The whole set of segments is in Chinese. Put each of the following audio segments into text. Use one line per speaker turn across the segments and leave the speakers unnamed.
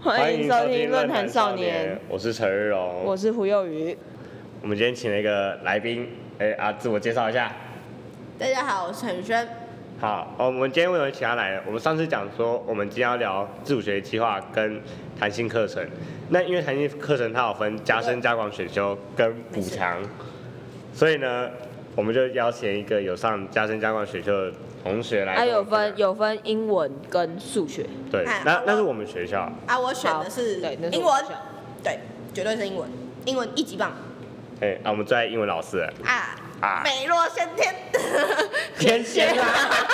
欢迎收听论坛少年，，
我是陈日荣。
我是胡幼鱼。
我们今天请了一个来宾，哎、啊，自我介绍一下。
大家好，我是陈轩。
好，哦我们今天为什么请他来呢？我们上次讲说，我们今天要聊自主学习计划跟弹性课程。那因为弹性课程它有分加深、加广、选修跟补强，所以呢，我们就邀请一个有上加深、加广、选修的同学来。
它有分。有分英文跟数学，
对
啊，
那
我
那是我们学校。
啊，我选的是
好对那是
英
我
文
选的，
对，绝对是英文，英文一级棒
哎、啊，我们最爱英文老师了
啊
啊
美若先天，
天蝎 啊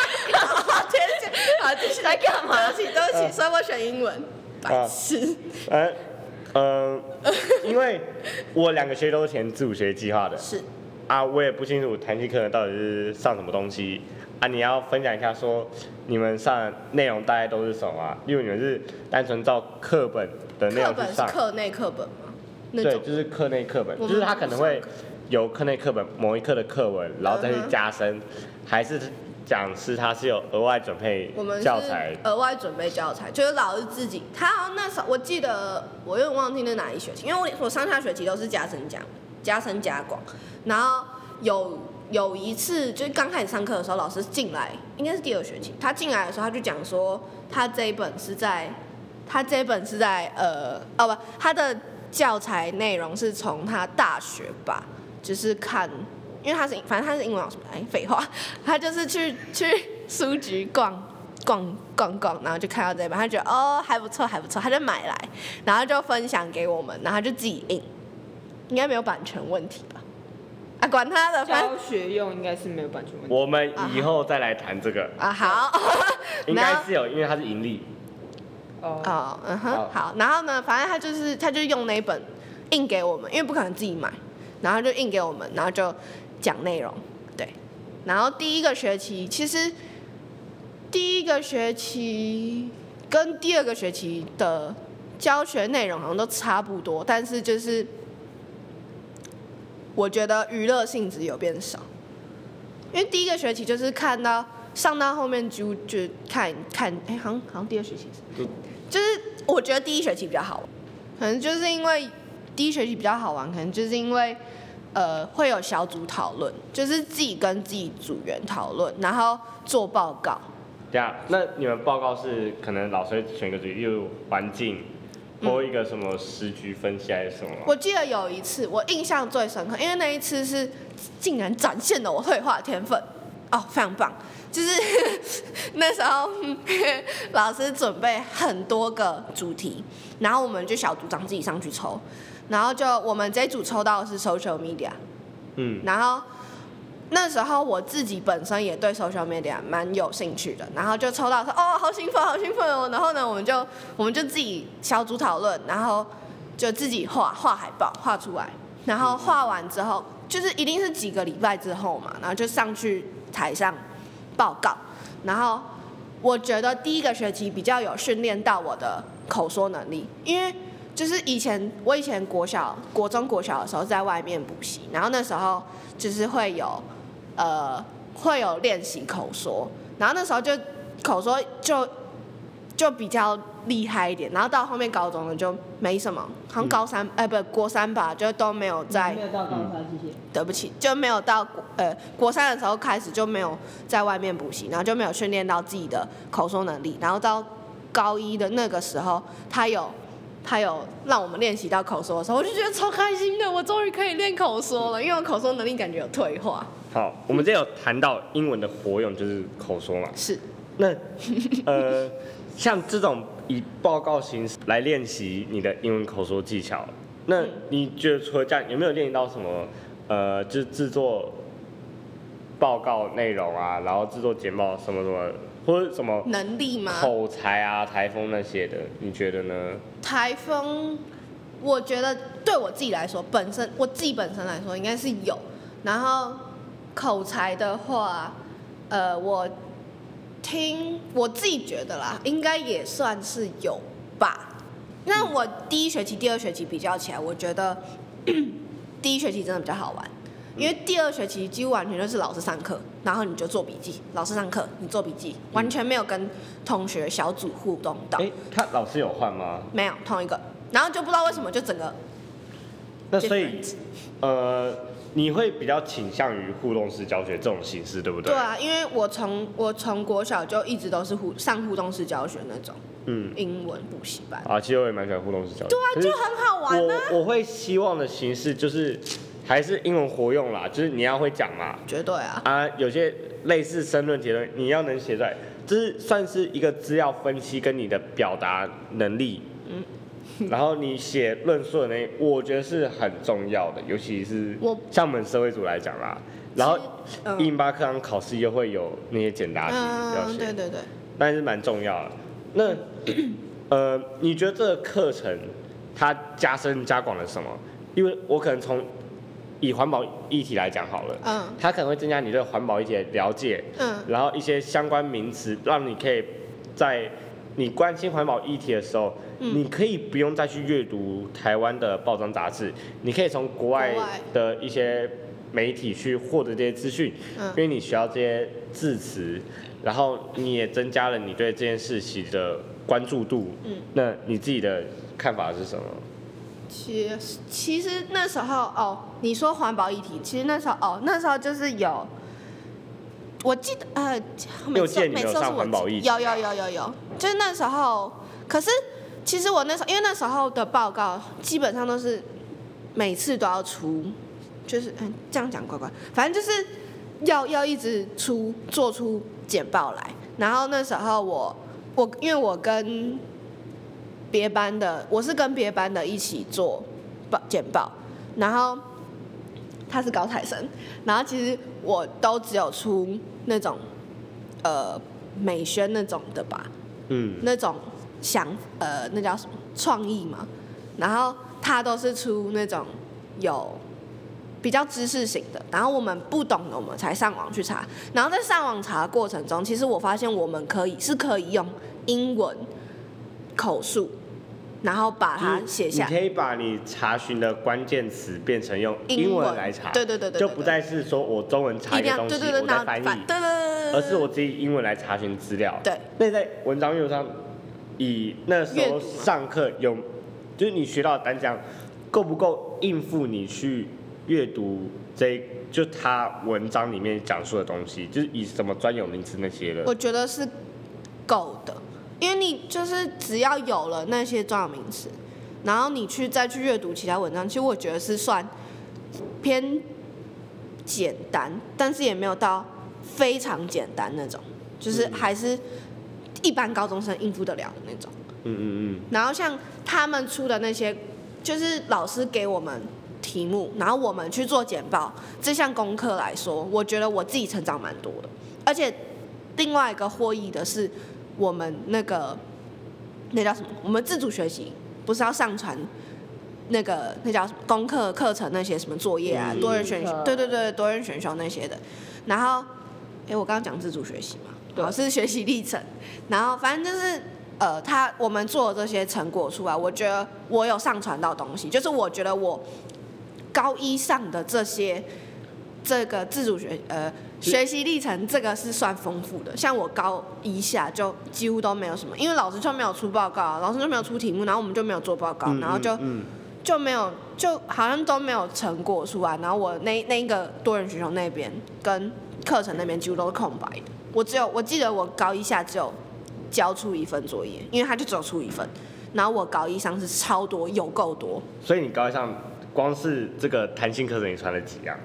天仙，
啊，这是在干嘛
对不起，对
啊
不起，所以我选英文，白痴，
呃，呃，因为我两个学期都是填自主学计划的
是
啊，我也不清楚弹性课程到底是上什么东西啊。你要分享一下说你们上的内容大概都是什么、啊？例如你们是单纯照课本的内
课
容去
本是
上，
课内课本吗？那
对，
种
就是课内课本，
我
就
们
是他可能会有课内课本某一课的课文，然后再去
嗯哼
加深，还是讲师他是有额外准备
我们是
教材？
额外准备教材，就是老师自己，他好像那时候我记得我有点忘记那哪一学期，因为我我上下学期都是加深加加深加广，然后有有一次就是刚开始上课的时候，老师进来，应该是第二学期，他进来的时候他就讲说，他这一本是在他这一本是在呃哦不，他的教材内容是从他大学吧，就是看，因为他是反正他是英文老师嘛，哎，废话， 他就是去去书局逛逛逛逛，然后就看到这一本，他觉得哦还不错还不错，他就买来，然后就分享给我们，然后他就自己印，应该没有版权问题吧？啊，管他的，反正
教学用应该是没有版权问题。
我们以后再来谈这个，
啊好，
应
然后
该是有，因为它是盈利。
哦，
哦，嗯
哦
哼，好，然后呢，反正他就是他就用那一本印给我们，因为不可能自己买，然后就印给我们，然后就讲内容，对，然后第一个学期其实第一个学期跟第二个学期的教学内容好像都差不多，但是就是我觉得娱乐性质有变少，因为第一个学期就是看到上到后面就就看看，哎、好像好像第二学期是就是我觉得第一学期比较好玩，可能就是因为第一学期比较好玩，可能就是因为呃会有小组讨论，就是自己跟自己组员讨论，然后做报告。
对啊，那你们报告是可能老师会选一个主题，例如环境，或一个什么时局分析还是什么吗？
我记得有一次我印象最深刻，因为那一次是竟然展现了我绘画天分，哦，非常棒。就是 那时候 老师准备很多个主题，然后我们就小组长自己上去抽，然后就我们这一组抽到的是 social media，
嗯，
然后那时候我自己本身也对 social media 蛮有兴趣的，然后就抽到说哦，好兴奋，好兴奋哦。然后呢，我们就我们就自己小组讨论，然后就自己画画海报，画出来，然后画完之后，就是一定是几个礼拜之后嘛，然后就上去台上报告，然后。我觉得第一个学期比较有训练到我的口说能力，因为就是以前我以前国小、国中、国小的时候在外面补习，然后那时候就是会有呃会有练习口说，然后那时候就口说就就比较厉害一点，然后到后面高中了就没什么，好像高三哎、不国三吧，就都没有在
没有到高三，谢谢。
对不起，就没有到国呃国三的时候开始就没有在外面补习，然后就没有训练到自己的口说能力，然后到高一的那个时候，他有他有让我们练习到口说的时候，我就觉得超开心的，我终于可以练口说了，因为我口说能力感觉有退化。
好，我们这有谈到英文的活用，就是口说嘛。
是，
那呃，像这种以报告形式来练习你的英文口说技巧，那你觉得除了这样，有没有练习到什么？呃，就是制作报告内容啊，然后制作简报什么什么，或者什么
能力吗？
口才啊、台风那些的，你觉得呢？
台风，我觉得对我自己来说，本身我自己本身来说应该是有。然后口才的话，呃，我听我自己觉得啦，应该也算是有吧。那 我第一学期、第二学期比较起来，我觉得第一学期真的比较好玩，因为第二学期几乎完全就是老师上课，然后你就做笔记，老师上课你做笔记，完全没有跟同学小组互动到，
哎，他老师有换吗？
没有同一个，然后就不知道为什么就整个
那所以
different
呃，你会比较倾向于互动式教学这种形式，对不对？
对啊，因为我从我从国小就一直都是互上互动式教学那种
嗯，
英文补习班，
啊，其实我也蛮喜欢互动式教学。
对啊，
可是
就很好玩啊，
我我会希望的形式就是还是英文活用啦，就是你要会讲嘛。
绝对啊，
啊，有些类似申论题的，你要能写出来，这是算是一个资料分析跟你的表达能力。嗯。然后你写论述的能力，我觉得是很重要的，尤其是
我
像我们社会组来讲啦。然后
其实嗯
印巴克朗考试又会有那些简答题要
嗯，
写，
对对对，
但是蛮重要的。那 呃，你觉得这个课程它加深加广了什么？因为我可能从以环保议题来讲好了，
嗯
它可能会增加你对环保议题的了解，
嗯
然后一些相关名词，让你可以在你关心环保议题的时候，
嗯
你可以不用再去阅读台湾的报章杂志，你可以从国外
国外
的一些媒体去获得这些资讯，
嗯
因为你需要这些字词，然后你也增加了你对这件事情的关注度。
嗯，
那你自己的看法是什么？
其实其实那时候哦，你说环保议题，其实那时候哦，那时候就是有，我记得呃，每
又
次
见你
每
有
次都是
上
我
环保
记
议题
有有有有有，就是那时候，可是其实我那时候因为那时候的报告基本上都是每次都要出，就是嗯这样讲怪怪，反正就是要要一直出做出简报来，然后那时候我我因为我跟别班的，我是跟别班的一起做报简报，然后他是高材生，然后其实我都只有出那种呃美宣那种的吧，
嗯，
那种想呃那叫什么创意嘛，然后他都是出那种有比较知识型的，然后我们不懂的我们才上网去查，然后在上网查的过程中，其实我发现我们可以是可以用英文口述，然后把它啊写下
你可以把你查询的关键词变成用
英
英文
文
来查，
对对对对对
就不再是说我中文查
一
一
定
个
要
东西，
对对对，
我
然后
在
反
翻
对
译，
对对，对
而是我自己英文来查询资料。
对，
那在文章阅读上，以那时
阅读
候
吗
上课有，就是你学到的单讲够不够应付你去阅读这就他文章里面讲述的东西，就是以什么专有名词那些的
我。觉得是够的，因为你就是只要有了那些专有名词，然后你去再去阅读其他文章，其实我觉得是算偏简单，但是也没有到非常简单那种，就是还是一般高中生应付得了的那种。
嗯嗯
然后像他们出的那些，就是老师给我们题目，然后我们去做简报，这项功课来说，我觉得我自己成长蛮多的。而且另外一个获益的是，我们那个那叫什么？我们自主学习不是要上传那个那叫什么功课课程那些什么作业啊，
嗯
多人选
自主课
对对对多人选修那些的。然后，诶，我刚刚讲自主学习嘛，
对
老师学习历程。然后反正就是呃，他我们做的这些成果出来，我觉得我有上传到东西，就是我觉得我高一上的这些这个自主学呃学习历程，这个是算丰富的。像我高一下就几乎都没有什么，因为老师就没有出报告，啊老师就没有出题目，然后我们就没有做报告，
嗯，
然后就。
嗯
就没有，就好像都没有成果出来。然后我那那一个多人学校那边跟课程那边几乎都是空白的。我只有我记得我高一下只有交出一份作业，因为他就只有出一份。然后我高一上是超多，有够多，
嗯所以你高一上光是这个弹性课程，你传了几样？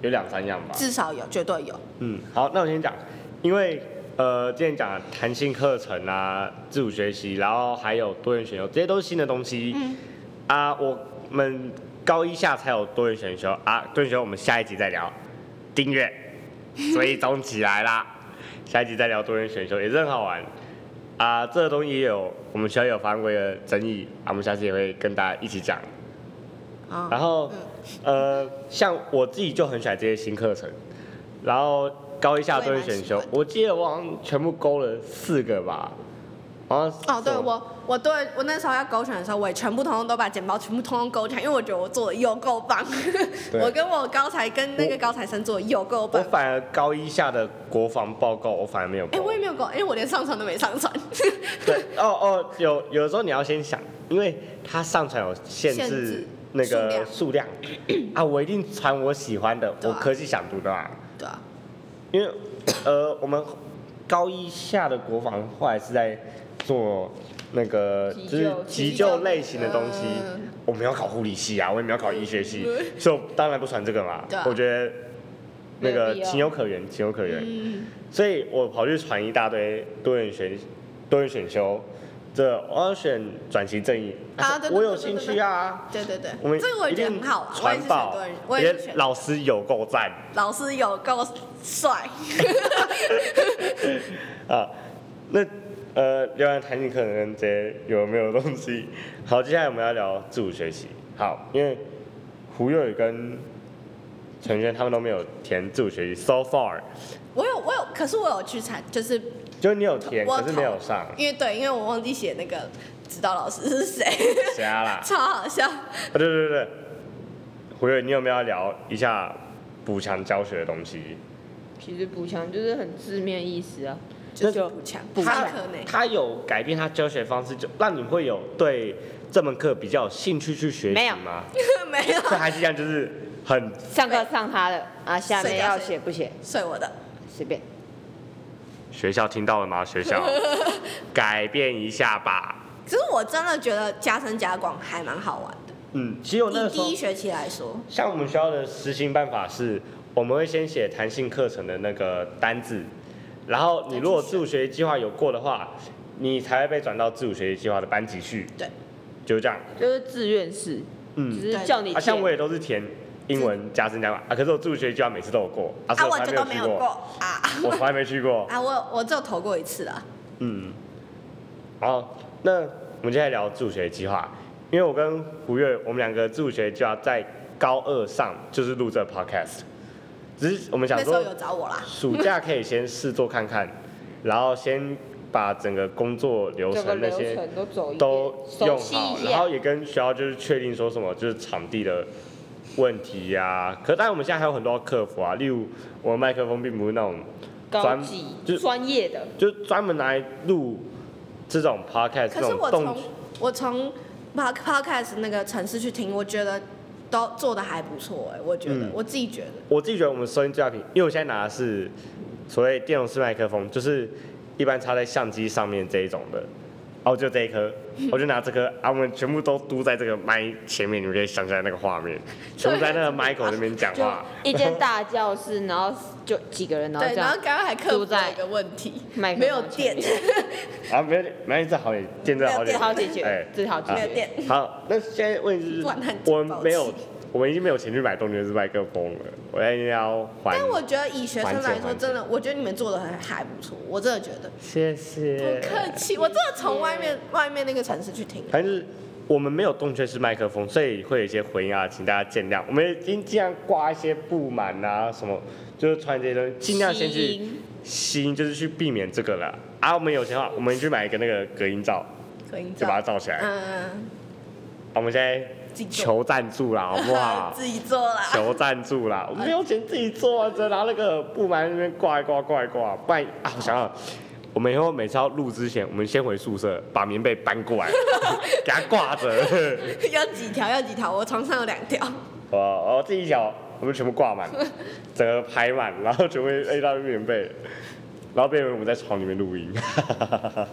有两三样吧。
至少有，绝对有。
嗯，好，那我先讲，因为呃，之前讲的弹性课程啊、自主学习，然后还有多元选修，这些都是新的东西。
嗯
啊，我们高一下才有多元选修啊，多元选修我们下一集再聊。订 阅，追踪起来啦，下一集再聊多元选修也是很好玩。啊，这个东西也有我们学校有法规的争议，啊，我们下次也会跟大家一起讲。
啊、
然后，
嗯
呃，像我自己就很喜欢这些新课程，然后高一下都会选修
我也蛮喜欢，
我记得我好像全部勾了四个吧，哦
哦，对
什么
我，我对我那时候要勾选的时候，我也全部通通都把简报全部通通勾起来，因为我觉得我做的有够棒。
对
我跟我高材跟那个高材生做的有够棒
我。反而高一下的国防报告，我反而没有报。
哎、我也没有勾，因为我连上传都没上传。
对，哦哦，有有的时候你要先想，因为它上传有限
限
制
制
那个数量啊，我一定传我喜欢的，
对
我
啊
科技想读的啊。
对啊，
因为呃，我们高一下的国防后来是在做那个
急
就是
救
急
急
救
救
类型的东西
嗯。
我们要考护理系啊，我也没有考医学系
嗯，
所以我当然不传这个嘛
对啊。
我觉得那
没有
个
必要
情有可原，情有可原。
嗯，
所以我跑去传一大堆多元选多元选修，这我要选转型正义，
啊对对
我
对
有
对
兴
对
趣
对
啊。
对对对
我们，
这个我也觉得很好啊，我也
传
是选
报
对人，，
我
我
觉
也是
得
选。
老师有够赞
老师有够 帅，
啊。那呃，聊完弹性课能这些有没有东西？好，接下来我们要聊自主学习。好，因为胡佑宇跟陈轩他们都没有填自主学习，so far，
我有我有，可是我有去参，就是
就是你有填，
我
可是没有上，
因为对，因为我忘记写那个指导老师是谁，
瞎啦。
超好笑。
啊，对对对对，胡月，你有没有要聊一下补强教学的东西？
其实补强就是很字面意思啊，
就
就是
补强，
补
他
强
可能
他有改变他教学方式，就让你会有对这门课比较有兴趣去学
没
习
有
吗？
没有
这还是一样，就是很
上课上他的啊，下面要写不写
睡我的，
随便。
学校听到了吗？学 校改变一下吧。
可是我真的觉得加深加广还蛮好玩的。
嗯，只有那
以
个时候
第一，学期来说，
像我们学校的实行办法是，我们会先写弹性课程的那个单子，然后你如果自主学习计划有过的话，你才会被转到自主学习计划的班级去，
对，
就这样。
就是自愿式，
嗯，
只是叫你
啊，像
填
我也都是填英文加深加法啊，可是我自主学习计划每次都有过，啊，所
啊，
以
我
从
就
来
都
没
没
去
有过啊
我从来没去过，
啊，我我只有投过一次啦。
嗯，好，那我们接下来聊自主学习计划，因为我跟胡月，我们两个自主学习计划在高二上就是录这 podcast，只是我们想
那时
说
候有找我啦，
暑假可以先试做看看，然后先把整个工作流
整个
程那
流
些
程都走一遍，
都
熟
用
悉
好
一，
然后
下。
也跟学校就是确定说什么就是场地的问题呀、可当然我们现在还有很多要克服啊，例如我们麦克风并不是那种
高
专
级
就
专业的，
就专门拿来录这种 podcast 这
可是
种
我
动
从我从 pod podcast 那个城市去听，我觉得都做的还不错哎、我觉得、
嗯
我自己觉得，
我自己觉得我们收音最大屏，因为我现在拿的是所谓电容式麦克风，就是一般插在相机上面这一种的。哦，就这一颗，我就拿这颗，啊，我们全部都嘟在这个麦前面，你们可以想象那个画面，全部在那个麦口那边讲
就
话。
一间大教室，然后就几个人，然后
对，
这
然后
样
刚刚还克服
住在
了一个问题，
麦克风
没有
前
电，
啊，没有，没有，这好点，电这好
没
点，
有电
好解
哎
决，这好解
没有
决。
电，
好，那现在问题是
不然它很，
我
暴
们
气
没有，我们已经没有钱去买动圈式麦克风了，我现在要还。
但我觉得以学生
环
来
境
说，
环境
真的，我觉得你们做的很还不错，我真的觉得。
谢谢。
不客气，我真的从外面外面那个城市去听。
反正就是我们没有动圈式麦克风，所以会有一些回音啊，请大家见谅。我们已经尽量挂一些布满啊，什么就是穿这些东西，尽量先
吸
去
音
吸音，就是去避免这个了。啊，我们有钱的话，我们去买一个那个隔音罩，
可以，
就把它罩起来。啊
嗯，
我们现在
自己做？
求赞助啦，好不好
嗯 自己做啦。
求赞助啦，我没有钱自己做啊，只能拿那个布满那边挂一挂挂一挂，不然啊，我想想，我们以后每次要录之前，我们先回宿舍把棉被搬过来， 给它挂着。
要几条？要几条？我床上有两条。
我我自己脚，我们全部挂满，整个排满，然后全部 A 到棉被，然后变成我们在床里面录音。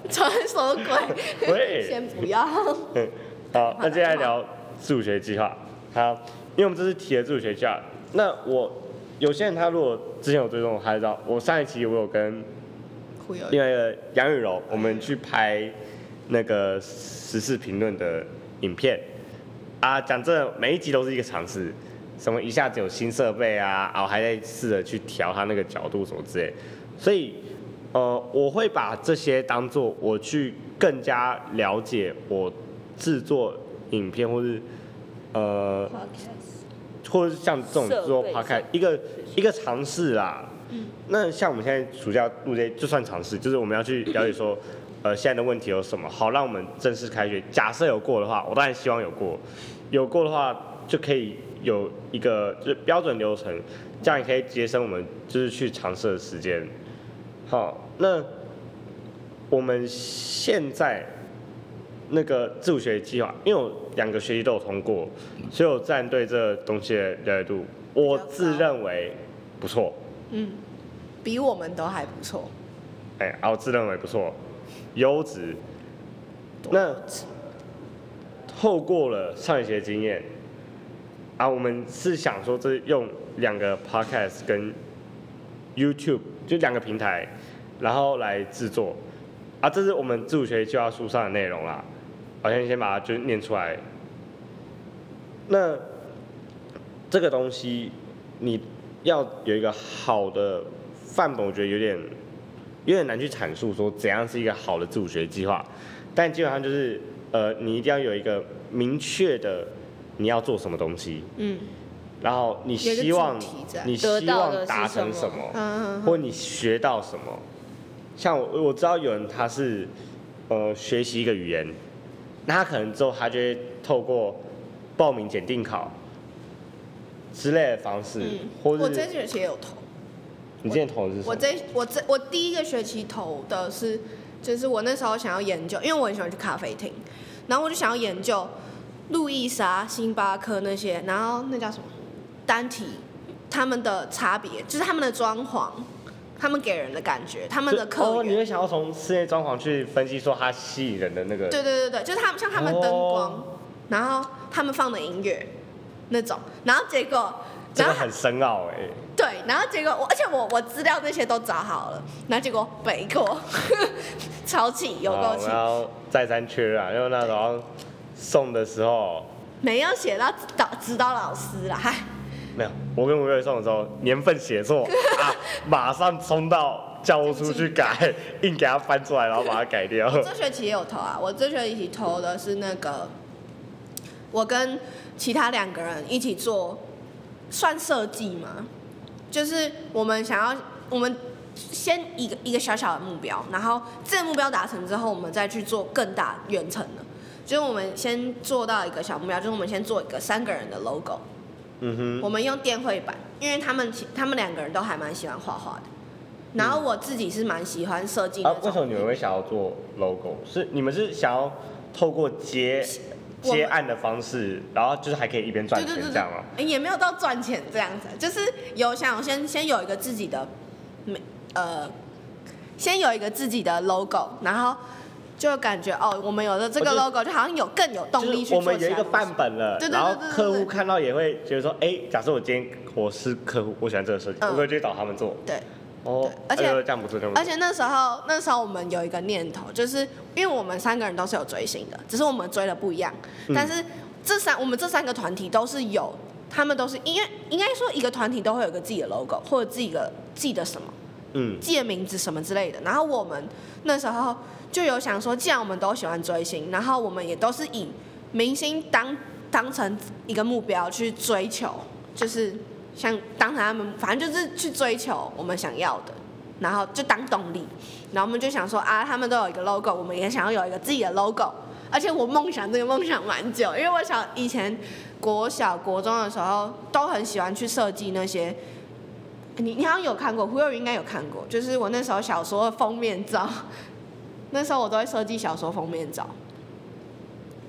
床什么鬼？
喂
先不要。
好，那接下来聊自主学计划。好，因为我们这次提了自主学计划，那我有些人他如果之前有追踪我，他知道我上一期我有跟
忽悠。
另外一个杨雨柔，我们去拍那个时事评论的影片啊。讲真的，每一集都是一个尝试，什么一下子有新设备啊，啊，我还在试着去调它那个角度什么之类，所以。呃，我会把这些当做我去更加了解我制作影片或是呃或者像这种
设备嗯
做 p
上
o d 一个一个 尝试啦。那像我们现在暑假录这些就算尝试，就是我们要去了解说呃现在的问题有什么，好让我们正式开学。假设有过的话，我当然希望有过，有过的话就可以有一个就是标准流程，这样也可以节省我们就是去尝试的时间。好，那我们现在那个自主学习计划，因为我两个学期都有通过，所以我自然对这东西的了解度，我自认为不错。
嗯，比我们都还不错。
哎、啊我自认为不错，优质。那透过了上一学经验，啊，我们是想说，这用两个 podcast 跟 YouTube 就两个平台，然后来制作。啊，这是我们自主学习计划书上的内容啦。好像先把它就念出来。那这个东西，你要有一个好的范本，我觉得有点有点难去阐述说怎样是一个好的自主学习计划，但基本上就是呃，你一定要有一个明确的你要做什么东西，
嗯
然后你
有一个
希望
主题在
你
得
希
到的
望
是
达
什
成
么
什么，
嗯
或你学到什么。像我我知道有人他是呃学习一个语言，那他可能之后他就会透过报名检定考之类的方式，
嗯，
或
我
是
这学期也有投，
你之前投的是什
我
么？
这我这我第一个学期投的是，就是我那时候想要研究，因为我很喜欢去咖啡厅，然后我就想要研究路易莎、星巴克那些，然后那叫什么单体，他们的差别就是他们的装潢，他们给人的感觉，他们的
就哦，
客
你
源。
会想要从室内装潢去分析说它吸引人的那个，
对对对对，就是他们像他们灯光，
哦
然后他们放的音乐那种，然后结果，
真
然
的
后
很深奥哎、
对，然后结果我，而且我我资料那些都找好了，然后结果没过， 超气，有
好
够气
我，要哦再三确认啊，因为那时候送的时候
没有写到指导指导老师啦，嗨，
没有，我跟吴瑞送的时候年份写 错啊，马上冲到教务处去改，硬给它翻出来，然后把它改 掉。
这学期也有投啊，我这学期投的是那个，我跟其他两个人一起做，算设计吗？就是我们想要，我们先一个一个小小的目标，然后这个目标达成之后，我们再去做更大远程的。就是我们先做到一个小目标，就是我们先做一个三个人的 logo，
嗯
我
哼，
们用电绘板，因为他们其他们两个人都还蛮喜欢画画的，然后我自己是蛮喜欢设计
嗯
那
啊
种，
为什么你们会想要做 logo？是你们是想要透过接
我们
接案的方式，然后就是还可以一边赚
对对
钱
对
这样啊吗？
对，也没有到赚钱这样子，就是有想先先有一个自己的，没呃，先有一个自己的 logo，然后就感觉哦，我们有了这
我
个
觉得
logo，就好像有更有动力
就
去
是我
做
们
其
有一
他
个
东西
范本了，
对对对
然后
对对对
客户看到也会觉得说，哎、假设我今天我是客户，我喜欢这个设计，
嗯
我会去找他们做。
对。
哦，
对而且
哎呦这样不错，这样不错。
而且那时候，那时候我们有一个念头，就是因为我们三个人都是有追星的，只是我们追的不一样。
嗯
但是这三我们这三个团体都是有，他们都是因为应该说一个团体都会有一个自己的 logo 或者自己的自己的什么。
嗯，
记的名字什么之类的。然后我们那时候就有想说，既然我们都喜欢追星，然后我们也都是以明星当当成一个目标去追求，就是像当成他们，反正就是去追求我们想要的，然后就当动力。然后我们就想说啊，他们都有一个 logo，我们也想要有一个自己的 logo。而且我梦想这个梦想蛮久，因为我想以前国小、国中的时候都很喜欢去设计那些你你好像有看过，胡友云应该有看过，就是我那时候小说的封面照， 那时候我都会设计小说封面照。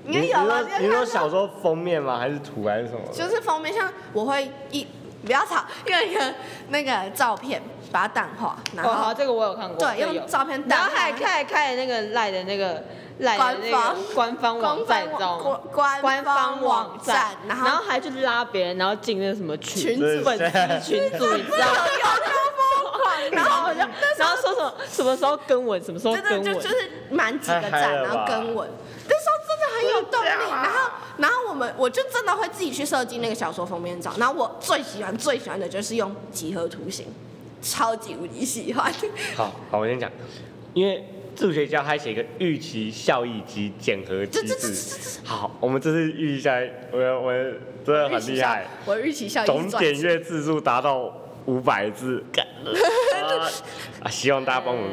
应
你
该
你
有啊，
说
你
你
有看
说
过
小时候封面吗？还是图还是什么的？
就是封面，像我会一不要吵，用一个那个照片把它淡化，然
哦，好，
后
这个我有看过，
对
这个有
用照片
然
淡
后
化，
还开开那个赖的那个赖的那
官方
个官方网
官
站，
方
你知道吗
网？官
官
方
方
网
网
站
站，，
然
后
后
还去拉别人，然后进那个什么群
群
组
粉丝群组，你知道吗？然后好像，然后说什么什么时候跟我，什么时候
真的
跟
就
我
就，是满几个
太哎嗨
赞，
了
然后
吧
跟我，那时候真的很有动
真的假
力。
的
然后，然后我们我就真的会自己去设计那个小说封面照。然后我最喜欢最喜欢的就是用几何图形，超级无敌喜欢。
好好，我先讲，因为自主学家还写一个预期效益及检核机
这这这这
制。好，我们这次预期效益，我我真的很厉害，
我预期效益是
总
赚
点
钱，
阅字数达到五百字， 干啊啊！希望大家帮我们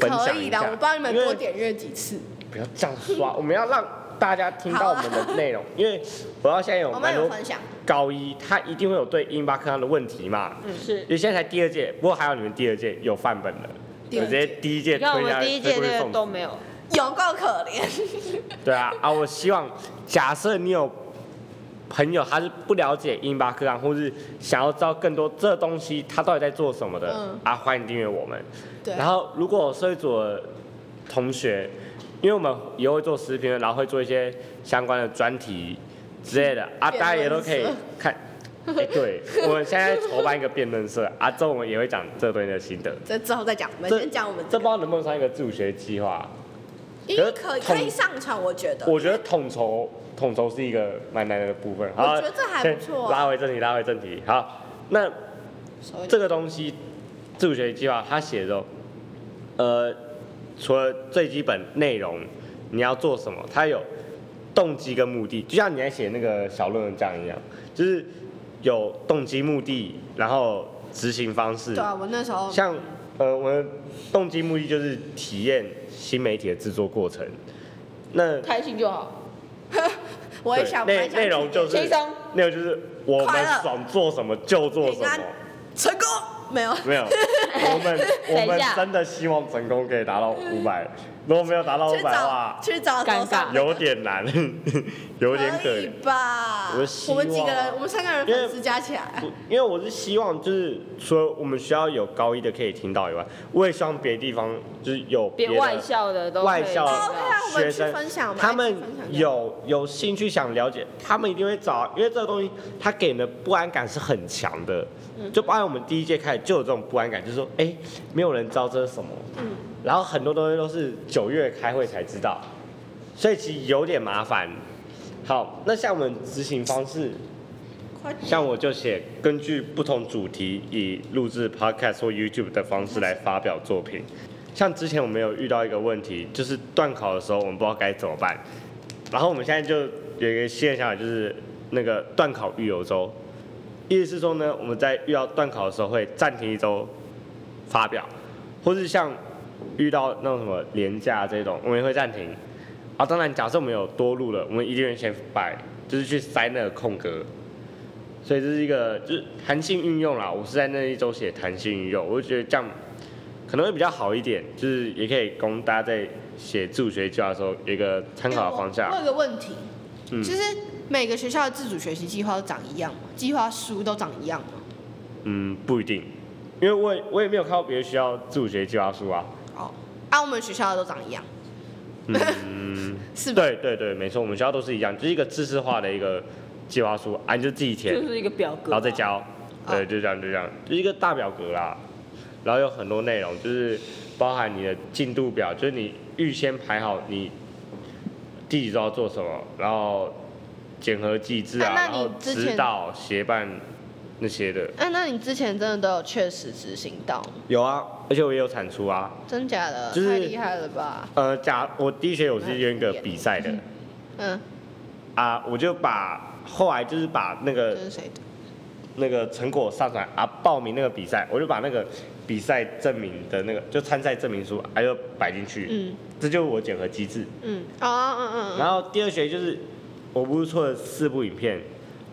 分
可
享
以
一
的，
下，
我帮你们
因为
多点阅几次。
不要这样刷，我们要让大家听到我们的内容，因为我要现在有
啊我们
蛮
有
多
分享，
高一，他一定会有对英巴克上的问题嘛。
嗯是
因。为现在才第二届，不过还有你们第二届有范本的，
第
我
二
直
届
接第一届
你看我
推下
们
去
第一届
推
那
送
个都没有，
有够可怜。
对啊啊！我希望，假设你有朋友他是不了解英巴克朗，或是想要知道更多这东西他到底在做什么的，
嗯
啊，欢迎订阅我们。
对
然后，如果社会组的同学，因为我们也会做视频，然后会做一些相关的专题之类的啊，大家也
辩论
都可以
社
看。哎、对，我们现在筹办一个辩论社啊，之后我们也会讲这东西的心得。
这之后再讲，我们
这
先讲我们
这
这
不知
个
道能不能算一个自主学计划？
因为可以可以上传，我觉得。
我觉得统筹统筹是一个蛮难的部分。
我
好
觉得这还
先
不错啊
拉回正题，拉回正题。好，那
所以
这个东西自主学习计划它写的，呃，除了最基本内容，你要做什么，它有动机跟目的，就像你在写那个小论文这样一样，就是有动机、目的，然后执行方式。
对啊，我那时候
像呃，我的动机目的就是体验新媒体的制作过程。那
开心就好，
我也想
对
蛮
内
想
内容
体
就
验
是
轻松
内容就是我
快
们
乐
想做什么就做什
平安
么，
成功没有？
没有，我们我
等
们
一下
真的希望成功可以达到五百，如果没有达到五
去
百的
找
话，
去找
尴尬
有点难， 有点可
可以
怜。
吧？
我希
我们几个人，
望
我们三个人
因为
粉丝加起来，
因为我是希望，就是除了我们学校有高一的可以听到以外，我也希望别的地方就是有
别
的
外校的都
外
可以
校
知
哦对啊
道
我
学
们去
生
分享我们
他
一起
们
分享这样
有有兴趣想了解，他们一定会找，啊因为这个东西它给人的不安感是很强的。
嗯
就包含我们第一届开始就有这种不安感，就是说，哎、没有人知道这是什么。
嗯
然后很多东西都是九月开会才知道，所以其实有点麻烦。好，那像我们执行方式，
快点
像我就写根据不同主题，以录制 podcast 或 YouTube 的方式来发表作品。像之前我们有遇到一个问题，就是断考的时候我们不知道该怎么办，然后我们现在就有一个新的想法，就是那个断考预留周，意思是说呢，我们在遇到断考的时候会暂停一周发表，或是像遇到那种什么廉价这种，我们也会暂停。啊，当然，假设我们有多录了，我们一定会先摆，就是去塞那个空格。所以这是一个就是弹性运用啦，我是在那一周写弹性运用，我就觉得这样可能会比较好一点，就是也可以供大家在写自主学习计划的时候有一个参考的方向
我。有个问题，
嗯
就是每个学校的自主学习计划都长一样吗？计划书都长一样吗？
嗯，不一定，因为我也我也没有看到别的学校自主学习计划书啊。
哦，啊，我们学校的都长一样，
嗯，
是吧？
对对对，没错，我们学校都是一样，就是一个知识化的一个计划书，啊，你就自己填
就，是一个表格，
然后再交，
哦
对，就这样就这样，就是一个大表格啦，然后有很多内容，就是包含你的进度表，就是你预先排好你第几周要做什么，然后检核机制啊，
啊那
然
你
后
之
指
前
导协办那些的，
哎、那你之前真的都有确实执行到吗，
有啊，而且我也有产出啊，
真假的？
就是
太厉害了吧？
呃，假我第一学期我是有一个比赛的
嗯，
啊，我就把后来就是把那
这
个
是谁的？
那个成果上传啊，报名那个比赛，我就把那个比赛证明的那个就参赛证明书，还、有摆进去，
嗯
这就是我检核机制。
嗯，哦嗯嗯嗯，
然后第二学期就是我不是出了四部影片，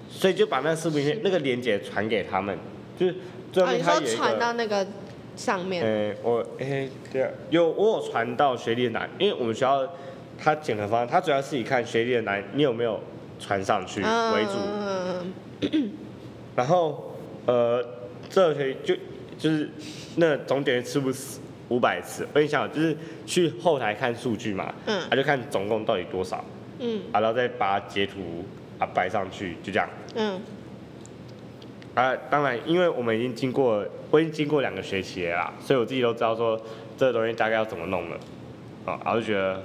所以就把那四部影片那个链接传给他们，就是最后
哦，
面
你
他
说
有一
传
个，
到那个上面，
嗯、我哎、对啊，有我有传到学历的栏，因为我们学校他检核方案，他主要是以看学历的栏你有没有传上去
嗯
为主。
嗯
然后呃，这学就就是那总点是不是五百次？我跟你讲，就是去后台看数据嘛，
嗯
他、就看总共到底多少，
嗯
啊，然后再把它截图啊摆上去，就这样。
嗯
啊，当然，因为我们已经经过，我已经经过两个学期了啦，所以我自己都知道说这个东西大概要怎么弄了，啊，然后就觉得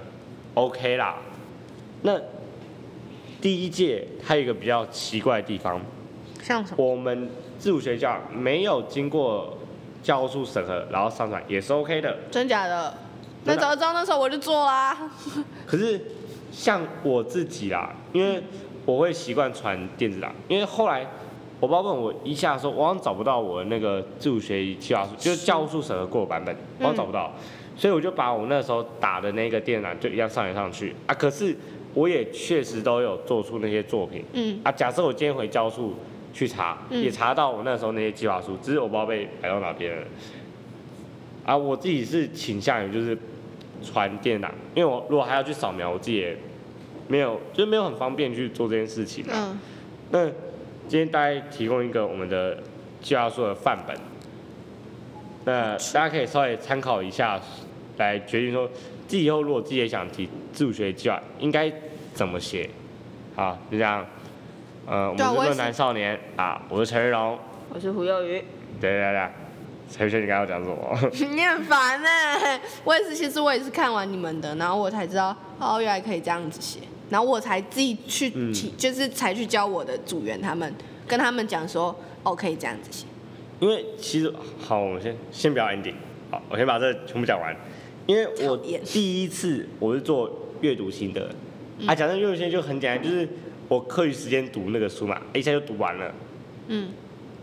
哦 OK 啦。那第一届它有一个比较奇怪的地方，
嗯，像什么？
我们自主学校没有经过教务处审核，然后上传也是 OK 的。
真假的？那
真的
早知道那时候我就做啦。
可是像我自己啦，因为我会习惯传电子档，因为后来我爸问我一下说，我好像找不到我那个自主学习计划书，就是教务处审核过的版本，我好像找不到，所以我就把我那时候打的那个电缆就一样上来上去啊。可是我也确实都有做出那些作品，
嗯，
啊，假设我今天回教处去查，
嗯
也查到我那时候那些计划书，只是我不知道被摆到哪边了。啊，我自己是倾向于就是传电脑，因为我如果还要去扫描，我自己也没有，就是没有很方便去做这件事情啊。
嗯，
那今天大概提供一个我们的计划书的范本，那大家可以稍微参考一下，来决定说自己以后如果自己也想提自主学习计划，应该怎么写。好，就这样。呃，我
对啊
们是
我也
论
是
坛少年啊，我是陈玉龙。
我是胡幼鱼，
对对对，陈玉龙，你刚刚讲什么？
你很烦哎、我也是，其实我也是看完你们的，然后我才知道哦，原来可以这样子写，然后我才自己去
嗯
提，就是才去教我的组员他们，跟他们讲说哦，可以这样子写。
因为其实好，我们先先不要 ending，好，我先把这全部讲完。因为我
讨厌
第一次我是做阅读心得，
嗯
啊，讲这阅读心得就很简单，就是我课余时间读那个书嘛，一下就读完了，
嗯，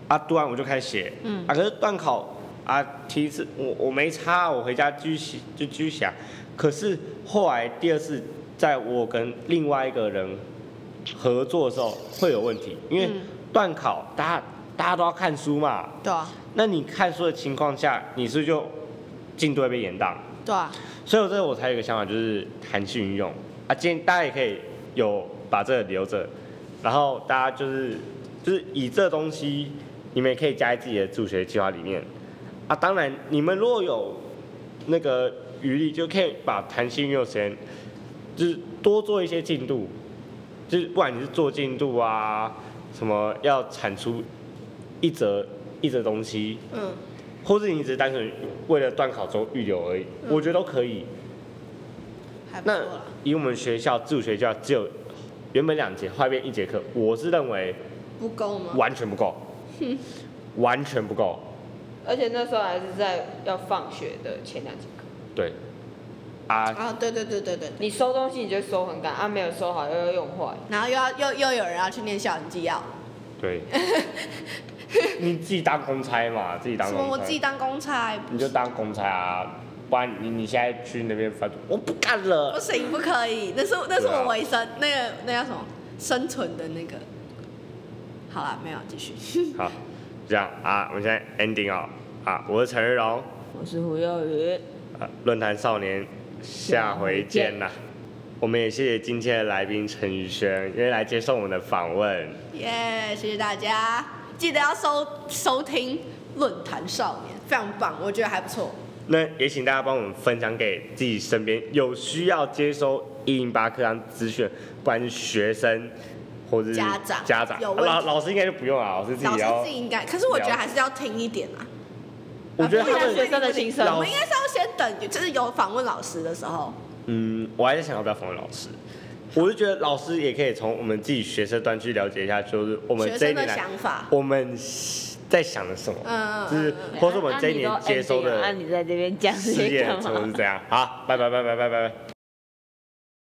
啊，读完我就开始写，
嗯
啊，可是段考啊，第一次我我没差，我回家继续写就继续写啊，可是后来第二次在我跟另外一个人合作的时候会有问题，因为
嗯
段考大家大家都要看书嘛，
对啊，
那你看书的情况下，你是不是就进度会被延宕？
对啊，
所以我这个我才有一个想法，就是弹性运用啊。今天大家也可以有把这个留着，然后大家就是就是以这东西，你们也可以加在自己的助学计划里面啊。当然，你们如果有那个余力，就可以把弹性运用时间，就是多做一些进度，就是不管你是做进度啊，什么要产出一则一则东西，
嗯，
或是你只是单纯为了断考中预留而已，
嗯
我觉得都可以。
还不错
那
啦。
以我们学校自主学校只有原本两节，后来变一节课，我是认为
不够吗？
完全不 够，完全不够。
而且那时候还是在要放学的前两节课，
对，啊，
啊，对对对对对，
你收东西你就收很赶，啊没有收好又要用坏，
然后又要又又有人要去念校园纪要，
对，你自己当公差嘛，自己当
什么
公
我自己
差，
当公差，
你就当公差啊，不然你你现在去那边翻，我不干
不
了。
行不可以，那是那是
对啊
我维生那个那叫什么生存的那个。好啦，没有继续。
好，这样啊，我们现在 ending 哦，啊，我是陈玉龙。
我是胡幼鱼，
呃论坛少年，下回见啦！我们也谢谢今天的来宾陈宇轩，因为来接受我们的访问。
耶谢谢大家，记得要收收听论坛少年，非常棒，我觉得还不错。
那也请大家帮我们分享给自己身边有需要接收一零八课纲资讯，不管是学生或者是
家长
家长，
有
啊
问题
老老师应该就不用了，老师自
老
己
师
要
自。己应该，可是我觉得还是要听一点啊。
我觉得
啊
他
不然
们
学生的心声
我们应该是要先等，就是有访问老师的时候。
嗯，我还在想要不要访问老师。我是觉得老师也可以从我们自己学生端去了解一下，就是我们
学
这一年
生的
来
想法
我们在想的什么，
嗯嗯
就是
嗯
或是我们这一年接收
按、
的
啊你在这边讲这
事
些
业
干
怎么
嘛
是？这样。好，拜拜拜拜拜拜拜。